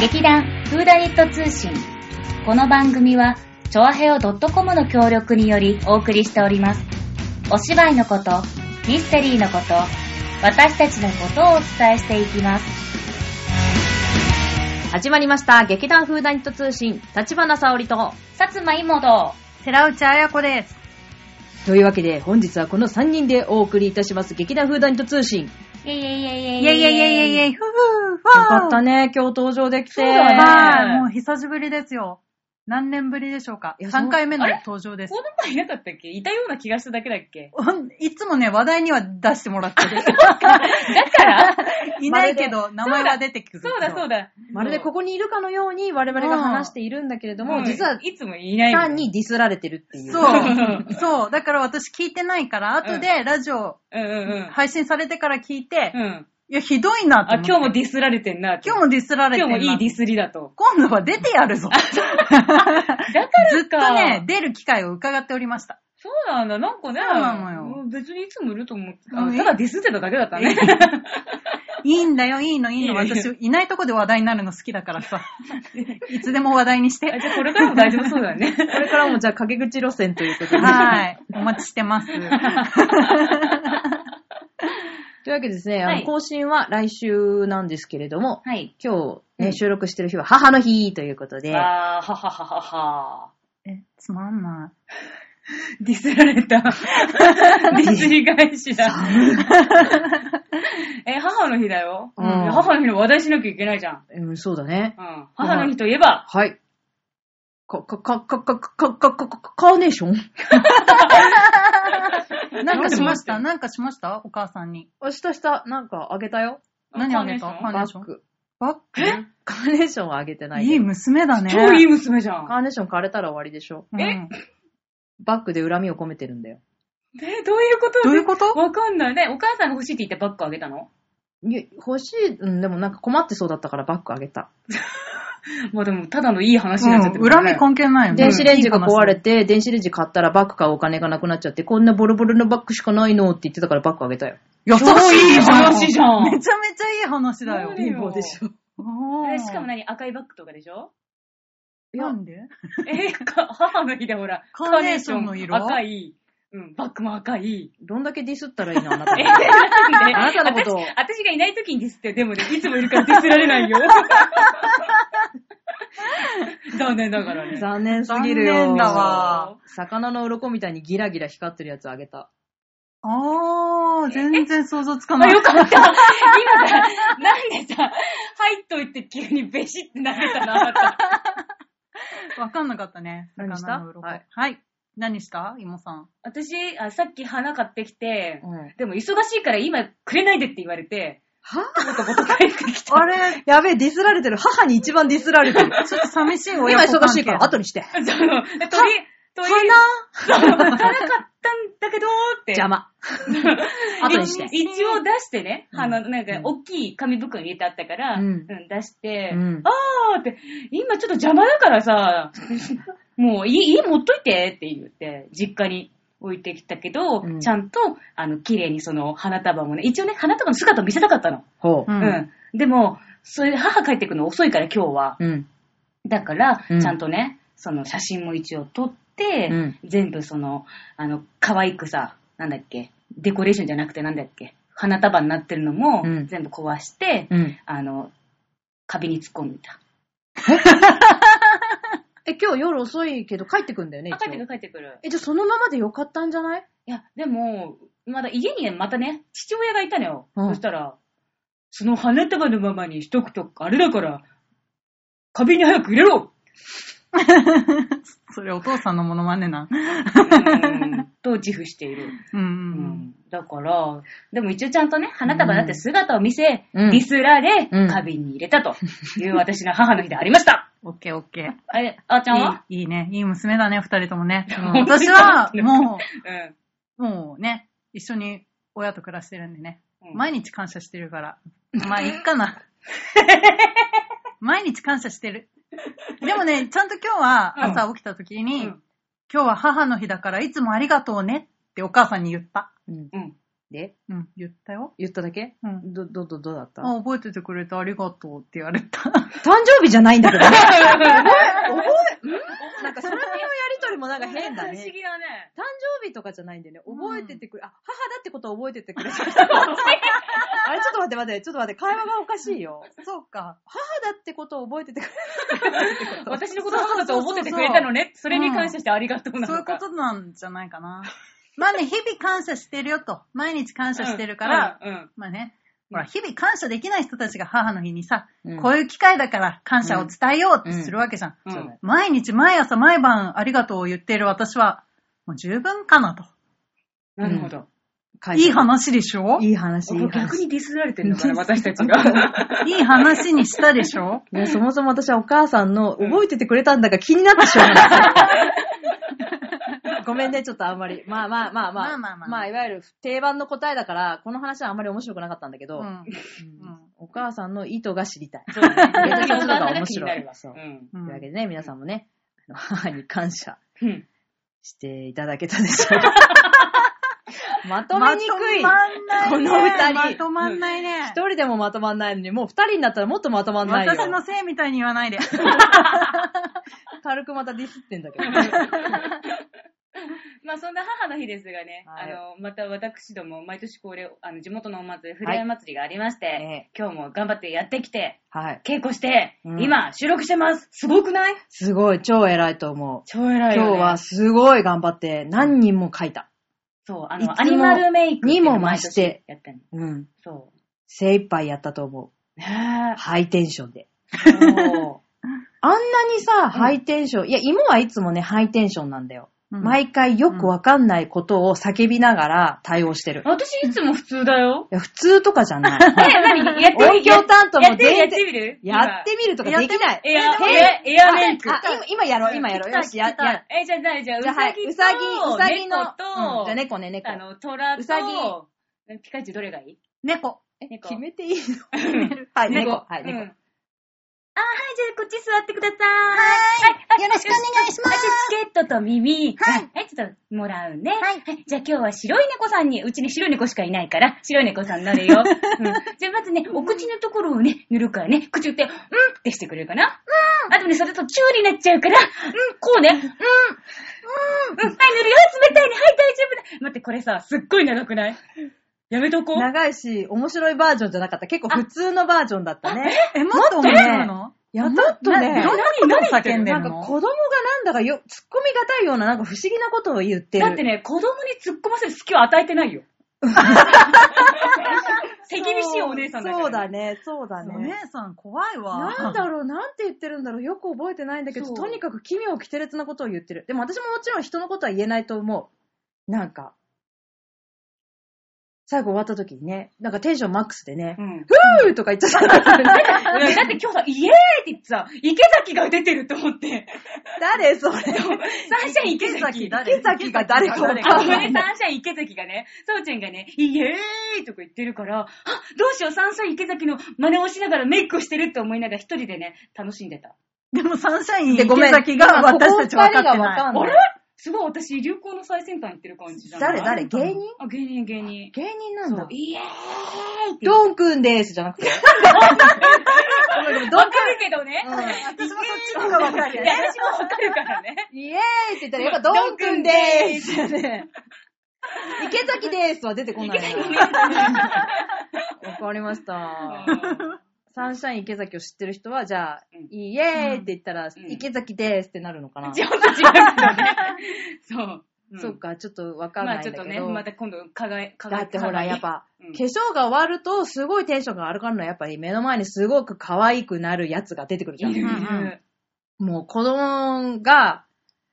劇団フーダニット通信この番組はチョアヘオ .com の協力によりお送りしておりますお芝居のことミステリーのこと私たちのことをお伝えしていきます始まりました。劇団フーダニット通信、立花沙織と。薩摩妹寺内彩子です。というわけで、本日はこの3人でお送りいたします。劇団フーダニット通信。イェイイェイイェイイェイイェイイェイイェイイイふふふよかったね、今日登場できて。そうだねはい、もう久しぶりですよ。何年ぶりでしょうかいやそう ?3 回目の登場です。この前嫌だったっけいたような気がしただけだっけうんいつもね、話題には出してもらって る。だから、いないけど、名前は出てくる。そうだそうだ。だ。まるでここにいるかのように我々が話しているんだけれども、うん実はいつもいない。単にディスられてるって いう。そう。そう。だから私聞いてないから、後でラジオうんうん配信されてから聞いて、うん。うん。いや、ひどいなとあ、思って。今日もディスられてんな。今日もディスられて今る日なもいいディスりだと。今度は出てやるぞ。だからずっとかね、出る機会を伺っておりました。そうなんだ。なんかね。そうなのよもう別にいつもいると思ってた。うあんただディスってただけだった ね。いいんだよ、いいの、いいの。いいよいい私、いないとこで話題になるの好きだから さ。いつでも話題にしあて。じゃあこれからも大丈夫そうだ ね。これからもじゃあ陰口路線ということで。はい。お待ちして ます。というわけでですね、あのはい更新は来週なんですけれども、はい今日、ねうん収録してる日は母の日ということで、あー、ははははは。え、つまんなディスられ た。ディスり返しだ。 え、母の日だよ。ううんん、母の日の話題しなきゃいけないじゃん。うん、そうだね。うん。母の日といえば、はい。か、か、か、か、か、か、か、か、かカーネーションい。なんかしましたなんかしましたお母さんに。明日した、なんかあげたよ。何あげたカーネーションカーネーショバッング。バッカーネーションはあげてなグいいけいど。娘だね。超いい娘じゃカん。ーネーション枯れたら終わりでしょ。うんえバッグで恨みを込めてるんだよ。え、どういうことどういうことわかんない。ね、お母さんが欲しいって言ってバッグあげたのいや欲しい、うん、でもなんか困ってそうだったからバッグあげた。まあでも、ただのいい話うになっちゃってるん、から恨ね、み関係ないよね。電子レンジが壊れて。て、電子レンジ買ったらバッグ買うお金がなくなっちゃって、こんなボロボロのバッグしかないのって言ってたからバッグあげたよ。優し超いいい話じゃん。 めちゃめちゃいい話だよそう。だよょ。おーえしかも何赤いバッグとかでしょなんでえか母の日でほら、カーネーションの色カーネーション赤い。うん、バッグも赤い。どんだけディスったらいいのあなた えが。なんであなたのことを私私がいない時にディスって、でもね、いつもいるからディスられ ないよ。残念ながらね。残念すぎるよ。残念だわ。魚の鱗みたいにギラギラ光ってるやつあげた。あー、全然想像つかあ、ない。よかった。今 さ、なんでさ、入っといて急にベシって投げたのあなた。わかんなかったね。何し魚たの鱗はいはい。何した芋さん。私、あ、さっき花買ってきて、ん。でも忙しいから今くれないでって言われて、はボコボコ帰ってきた。あれ、やべえ、ディスられてる。母に一番ディスられてる。ちょっと寂しい今親子忙関し係いから、後にして。その、とり、とり、花花買ったんだけどーって。邪魔。後にして。一一応出してね、うんあの、なんかう、ん大きい紙袋に入れてあったから、ううんん、出して、うんあーって、今ちょっと邪魔だから さ、もう、いい、いい持っといてって言って、実家に置いてきたけど、うんちゃんと、あの、綺麗にその、花束もね、一応ね、花束の姿を見せたかったの。ほううう。んん。でも、それで母帰ってくるの遅いから今日は。うん。だから、うんちゃんとね、その写真も一応撮って、うん全部その、あの、可愛くさ、なんだっけ、デコレーションじゃなくてなんだっけ、花束になってるのもうん全部壊して、うん。あの、壁に突っ込んでた。え、今日夜遅いけど帰ってくんだよね。あ、帰ってく一応る帰ってくる。え、じゃあそのままでよかったんじゃないいや、でも、まだ家にね、またね、父親がいたのよ。うんそしたら、その花束のままにしとくと、あれだから、壁に早く入れろそれお父さんのモノマネな。うんと自負している。うんううんうん。んだから、でも一応ちゃんとね、花束だって姿を見せ、うんディスられ、うん花瓶に入れたという私の母の日でありま した。オッケーオッケー。あれ、あーちゃんはいいいいね。いい娘だね、二人ともね。うん私は、もうんう、もうね、一緒に親と暮らしてるんでね。うん毎日感謝して るから。まあ、いいかな。毎日感謝してる。でもね、ちゃんと今日は朝起きた時に、うん今日は母の日だからいつもありがとうねってお母さんに言った。うん。うん。で、うん、言ったよ。言っただけうん。ど、ど、ど、どうだったあ、覚えててくれてありがとうって言われた。誕生日じゃないんだけどね。覚え、んなんかそれのやりとりもなんか変だ不思ね。議だね。誕生日とかじゃないんだよね。覚えててくれ、あ、母だってことは覚えてて くれあれ、ちょっと待って待って、ちょっと待って、会話がおかしいよ。そうか。母だってことを覚えててくれ。私のこと母だと思っててくれたのね。それに感謝してありがとうなのか。そういうことなんじゃないかな。まあね、日々感謝してるよと。毎日感謝してるから、うん、うん。まあね、ほら、日々感謝できない人たちが母の日にさ、うんこういう機会だから感謝を伝えようってするわけじゃん。うんうんそうだよ毎日毎朝毎晩ありがとうを言っている私は、もう十分かなと。なるほど。いい話でしょいい話、いいこれ逆話。にディスられてるのかな、私たちが。いい話にしたでしょね、そもそも私はお母さんの覚えててくれたんだが気になってしょうが ない。ごめんね、ちょっとあんまり。まあまあまあまあ。まあまあまあまあ、いわゆる定番の答えだから、この話はあんまり面白くなかったんだけど、うんうんお母さんの意図が知りたい。そうだね。めちゃく ちゃ面白い気になるわそううんうとんいうわけでね、皆さんもね、あの母に感謝うん。していただけたでしょ うか。まとめにくい。ま一とまんこないね。まとまの二人んないね。人でもまとまんないのに、もう二人になったらもっとまとまんないよ。私のせいみたいに言わないで。軽くまたディスってんだけど。まあそんな母の日ですがね、はいあの、また私ども、毎年恒例、あの、地元のお祭り、ふれあい祭りがありまして、え今日も頑張ってやってきて、はい。稽古して、うん今、収録してますすごくないすごい、超偉いと思う。超偉い今よ、ね。日はすごい頑張って何人も書いた。そう、あいつもの、アニマルメイクっていうのを毎年にも増してやってんの。うん。そ精一杯やったと思う。ねう。ハイテンションで。え。そうあんなにさ、ハイテンション、いや、芋はいつもね、ハイテンションなんだよ。うん毎回よくわかんないことを叫びながら対応してる。い私いつも普通だ よ。や、普通とかじゃない。え、何やってみ音響担当やもってみるや全っ然てみる やってみるとかできない。エア、えエア、エアメイク。あ、今今やろう、今やろう。よし、や、や。え、じゃあ、じゃあ、じゃあ、うじゃあ、はさい。ぎと、うさぎ、うさぎの、猫と、うんじゃあ猫ね、猫あ。の、虎と、うさピカチュウどれがいい 猫。え猫決めていいのはい、猫。はい、うんあー、は猫。い、じゃあ、こっち座ってください。はい、よろしくお願いします。チケットと耳。はい。はい、ちょっと、もらうね。はい。じゃあ、今日は白い猫さんに、うちに白い猫しかいないから、白い猫さんにな るよ。うん。じゃあ、まずね、お口のところをね、塗るからね、口って、うんってしてくれるかな。うん。あとね、それとチューになっちゃうから、うん、こうね、うん。うん。はい、塗るよ。冷たいね。はい、大丈夫だ。待って、これさ、すっごい長くないやめとこう。長いし、面白いバージョンじゃなかった。結構普通のバージョンだったね。え、もっと面白いのいや、もっとね、いろんなことを叫んでるなんかの子供がなんだかよ、突っ込みがたいような、なんか不思議なことを言ってる。だってね、子供に突っ込ませる隙を与えてないよ。手厳しいお姉さんだから、そうだ。ね、そうだお姉ね。さん怖いわ。なんだろう、なんて言ってるんだろう、よく覚えてないんだけど、そうとにかく奇妙奇天烈なことを言ってる。でも私ももちろん人のことは言えないと思う。なんか、最後終わった時にね、なんかテンションマックスでねう、ん。 ふーとか言っちゃった。だって今日さ、イエーイって言ってさ、池崎が出てると思って。誰それ。サンシャイン池崎。誰池崎が誰かわあ、かごんめんなねサい。ンシャイン池崎がね、そうちゃんがね、イエーイとか言ってるから、あ、どうしよう、サンシャイン池崎の真似をしながらメイクをしてるって思いながら一人でね、楽しんでた。でもサンシャインでごめ池ん崎が私たち分かってここ二人が分なかんい。ないあれすごい私、流行の最先端行ってる感じじゃない誰誰芸人あ、芸人、芸人。芸人なんだ。イエーイって言ってドンくんですじゃなく て。わかるけどね。うんいや私もそっちの方が分かるよね。私もわかるからね。イエーイって言ったら、やっぱドンくんでーすよね池崎でーすは出てこないな。わかりました。サンシャイン池崎を知ってる人は、じゃあうん、イエーイって言ったら、ん池崎でーすってなるのかなち。ょっと違うんだね。そう。ん そっ。か、ちょっとわかんまあないちんだょっけどと。ね、また今度、課外、課外。だってほら、やっぱ、うん化粧が終わると、すごいテンションが上がるのは、やっぱり目の前にすごく可愛くなるやつが出てくるじ課ゃ外、んい。るいうんうる。もう子供が、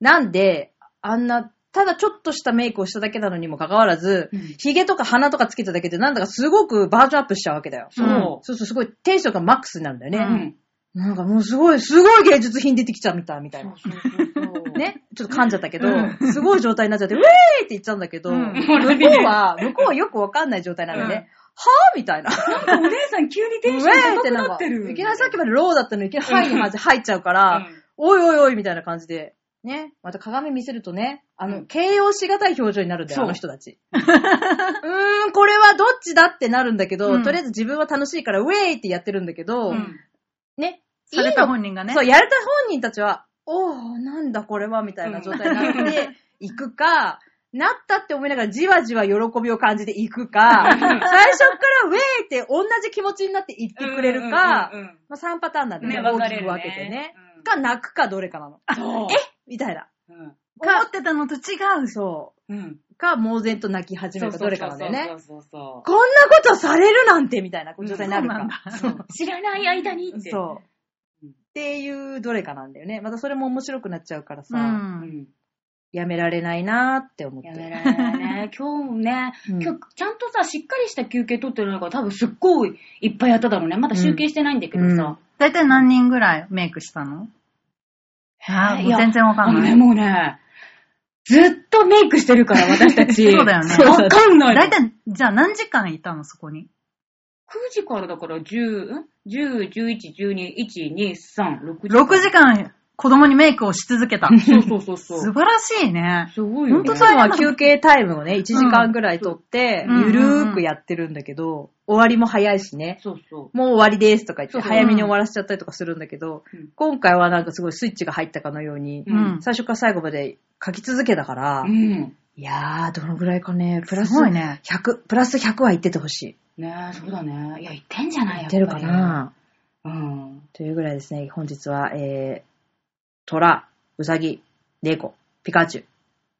なんで、あんな、ただちょっとしたメイクをしただけなのにもかかわらず、うん髭とか鼻とかつけただけで、なんだかすごくバージョンアップしちゃうわけだよ。そううんそうそう、すごいテンションがマックスになるんだようね。ん。なんかもうすごい、すごい芸術品出てきちゃうみたい、みたいそうな。そう そうそう。。ね、ちょっと噛んじゃったけど、うすごい状態になっちゃって、ウェーイって言っちゃうんだけど、うん向こうは、向こうはよくわかんない状態なんだよね。うんはぁみたいな。お姉さん急にテンション高くなってる。いきなりさっきまでローだったのに、いきなりハイに入っちゃうから、うんおいおいおいみたいな感じで、ね。また鏡見せるとね、あの、形容しがたい表情になるんだよ、そうあの人たち。 うーん、これはどっちだってなるんだけど、うんとりあえず自分は楽しいから、ウェーイってやってるんだけど、うんね。されたいいの本人がね。そう、やれた本人たちは、おー、なんだこれは、みたいな状態になって、行くか、なったって思いながらじわじわ喜びを感じていく か、最初からウェーイって同じ気持ちになって行ってくれるか、うんうんうんうんまあ3パターンなんでね、ね、分大かきれくる分けてねね。。か、泣くかどれかなの。そう。みたいな。うん思ってたのと違う。そうん。う。か、猛然と泣き始めそうるそかうどれかなんだよそう。そねうそこんなことされるなんてみたいな状態になるうんか。う そう。知らない間にって。そう。っていうどれかなんだよね。またそれも面白くなっちゃうからさ。ううん。ん。やめられないなーって思ってやる。められないね。今日もね、うん今日ちゃんとさ、しっかりした休憩取ってるのが多分すっごいいっぱいやっただろうね。まだ集計してないんだけどさ。だいたい何人ぐらいメイクしたのあーいもうや全然わかあんのなね、い。もうね、ずっとメイクしてるから、私たち。 そうだよねわかんない。だいたい、じゃあ何時間いたのそこに。 9時からだから10、ん ?10、11、12、1、2、3、6時間。 6時間子供にメイクをし続けた。そうそうそうそ素う。晴らしいね。すごいよ、ね。ほんとそういうのは休憩タイムをね、1時間ぐらい取って、うんゆるーくやってるんだけど、終わりも早いしね、そうそう。もう終わりですとか言って、そうそう早めに終わらせちゃったりとかするんだけどうん、今回はなんかすごいスイッチが入ったかのようにう、うんん。最初から最後まで書き続けたからう、ん。いやー、どのぐらいかね、プラスすごいね100、プラス100は言っててほしねえ、そうだね。いや、言ってんじゃないい。や言っっぱてりるかなうん。というぐらいですね、本日は、えー、虎、うさぎ、猫、ピカチュウ、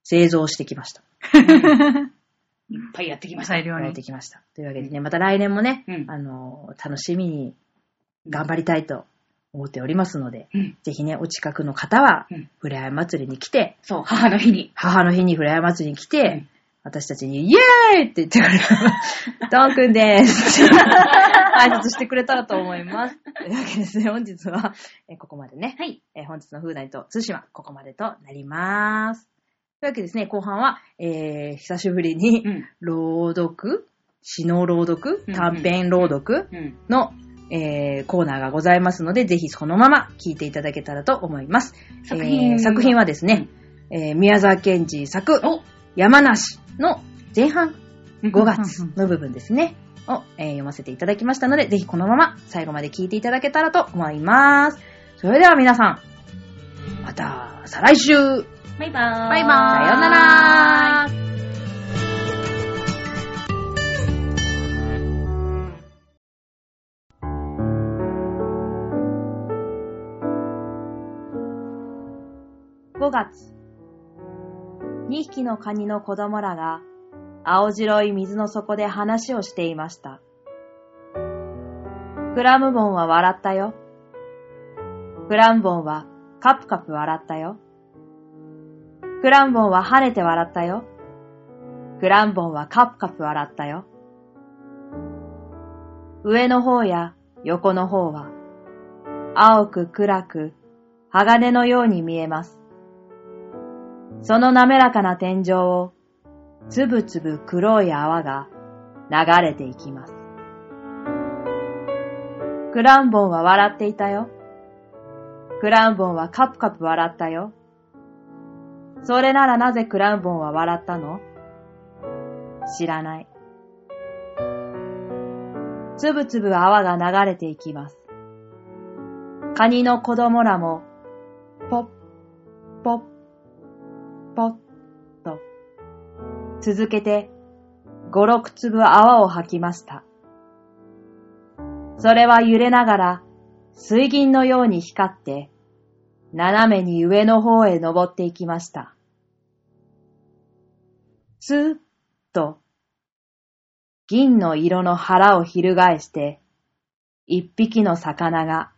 製造してきました。いっぱいやってきました。大量やっにて。きました。というわけでね、また来年もね、うんあのー、楽しみに頑張りたいと思っておりますので、うんぜひね、お近くの方はうん、ふれあい祭りに来て、そう、母の日に。母の日にふれあい祭りに来て、うん私たちに、イエーイって言ってくれた。ドンく んです。挨拶してくれたらと思います。というわけですね、本日は、えここまでね。はい。えー本日の風内と通信はここまでとなります。というわけでですね、後半は、えー、久しぶりにう、ん。朗読、詩の朗読う、ん短編朗読うん。の、えー、コーナーがございますので、ぜひそのまま聞いていただけたらと思います。作品えー作品はですね、えー、宮沢賢治作、山梨の前半5月の部分ですね、を、えー読ませていただきましたので、ぜひこのまま最後まで聞いていただけたらと思います。それでは皆さん、また、再来週さよバイバーイ。バイバーイうなら5月2匹のカニの子供らが青白い水の底で話をしていましたクラムボンは笑ったよクラムボンはカプカプ笑ったよクラムボンは跳ねて笑ったよクラムボンはカプカプ笑ったよ上の方や横の方は青く暗く鋼のように見えます。その滑らかな天井を、つぶつぶ黒い泡が流れていきます。クランボンは笑っていたよ。クランボンはカプカプ笑ったよ。それならなぜクランボンは笑ったの知らない。つぶつぶ泡が流れていきます。カニの子供らも、ポッ、ポッ、ポッと、続けて、五六粒泡を吐きました。それは揺れながら、水銀のように光って、斜めに上の方へ登っていきました。スーッと、銀の色の腹を翻して、一匹の魚が、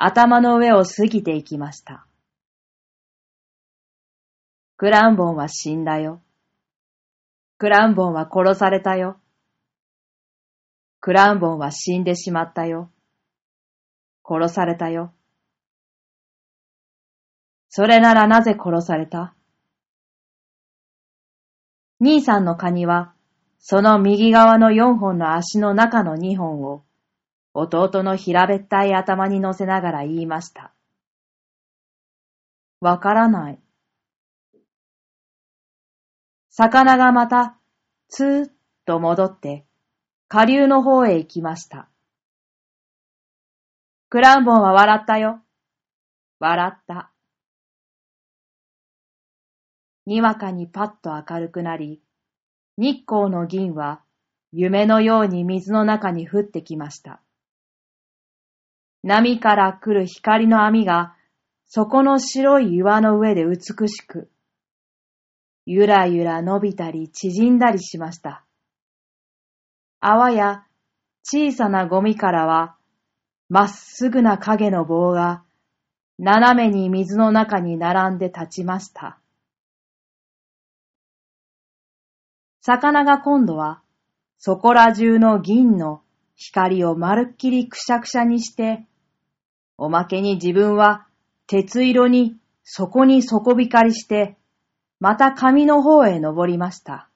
頭の上を過ぎていきました。クランボンは死んだよ。クランボンは殺されたよ。クランボンは死んでしまったよ。殺されたよ。それならなぜ殺された兄さんのカニは、その右側の4本の足の中の2本を、弟の平べったい頭に乗せながら言いました。わからない。魚がまた、つーっと戻って、下流の方へ行きました。クランボンは笑ったよ。笑った。にわかにパッと明るくなり、日光の銀は夢のように水の中に降ってきました。波から来る光の網が、そこの白い岩の上で美しく、ゆらゆら伸びたり縮んだりしました。泡や小さなゴミからは、まっすぐな影の棒が、斜めに水の中に並んで立ちました。魚が今度は、そこら中の銀の光をまるっきりくしゃくしゃにして、おまけに自分は鉄色にそこに底光りして、また紙の方へ登りました。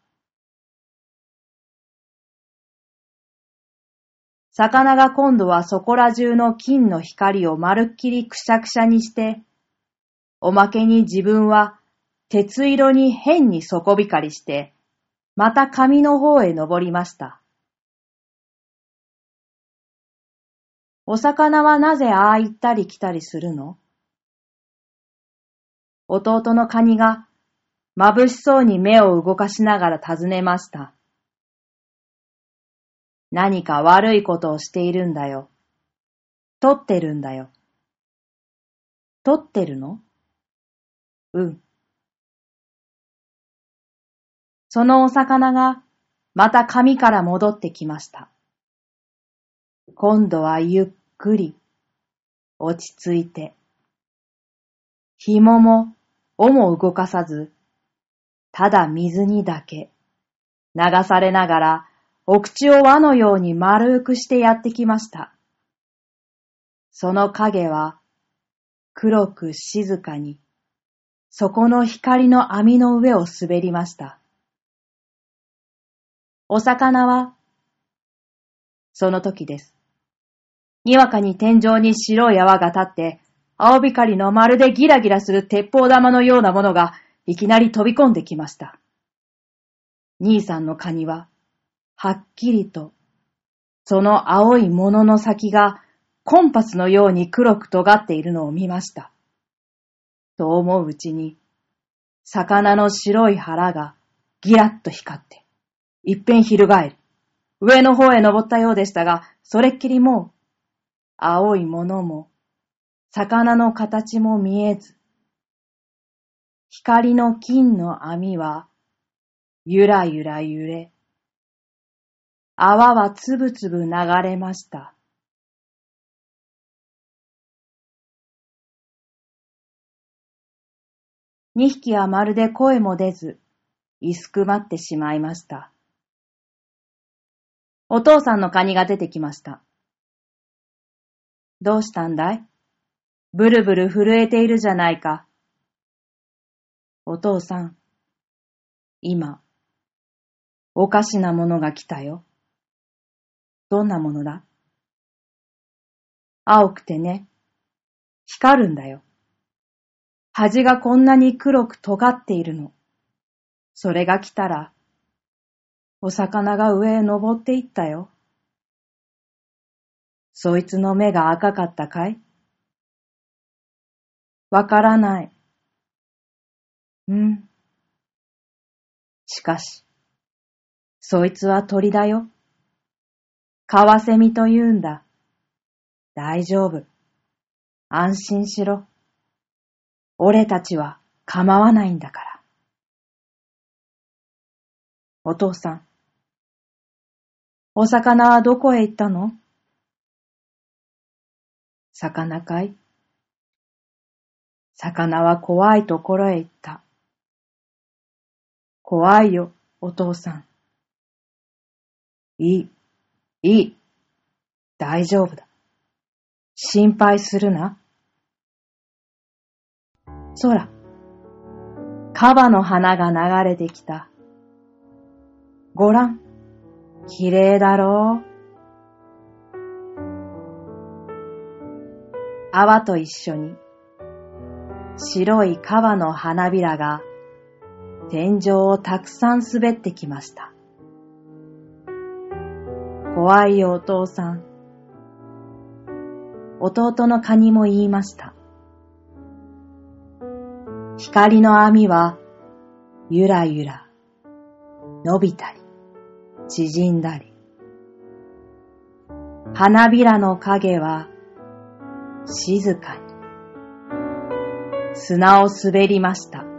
魚が今度はそこら中の金の光をまるっきりくしゃくしゃにして、おまけに自分は鉄色に変に底光りして、また紙の方へ登りました。お魚はなぜああ行ったり来たりするの？弟のカニが眩しそうに目を動かしながら尋ねました。何か悪いことをしているんだよ。取ってるんだよ。取ってるの？うん。そのお魚がまた紙から戻ってきました。今度はゆっくり、落ち着いて、紐も尾も動かさず、ただ水にだけ、流されながら、お口を輪のように丸くしてやってきました。その影は、黒く静かに、そこの光の網の上を滑りました。お魚は、その時です。にわかに天井に白い泡が立って、青光のまるでギラギラする鉄砲玉のようなものがいきなり飛び込んできました。兄さんのカニは、はっきりと、その青いものの先がコンパスのように黒く尖っているのを見ました。と思ううちに、魚の白い腹がギラッと光って、一遍翻る。上の方へ登ったようでしたが、それっきりもう、青いものも、魚の形も見えず、光の金の網は、ゆらゆら揺れ、泡はつぶつぶ流れました。二匹はまるで声も出ず、いすくまってしまいました。お父さんのカニが出てきました。どうしたんだいブルブル震えているじゃないか。お父さん、今、おかしなものが来たよ。どんなものだ青くてね、光るんだよ。端がこんなに黒く尖っているの。それが来たら、お魚が上へ登っていったよ。そいつの目が赤かったかいわからない。うん。しかし、そいつは鳥だよ。カワセミと言うんだ。大丈夫。安心しろ。俺たちは構わないんだから。お父さん。お魚はどこへ行ったの魚かい魚は怖いところへ行った。怖いよ、お父さん。いい、いい。大丈夫だ。心配するな。空。カバの花が流れてきた。ご覧。綺麗だろう。泡と一緒に、白い川の花びらが天井をたくさん滑ってきました。怖いお父さん。弟のカニも言いました。光の網はゆらゆら伸びたり縮んだり。花びらの影は静かに砂を滑りました。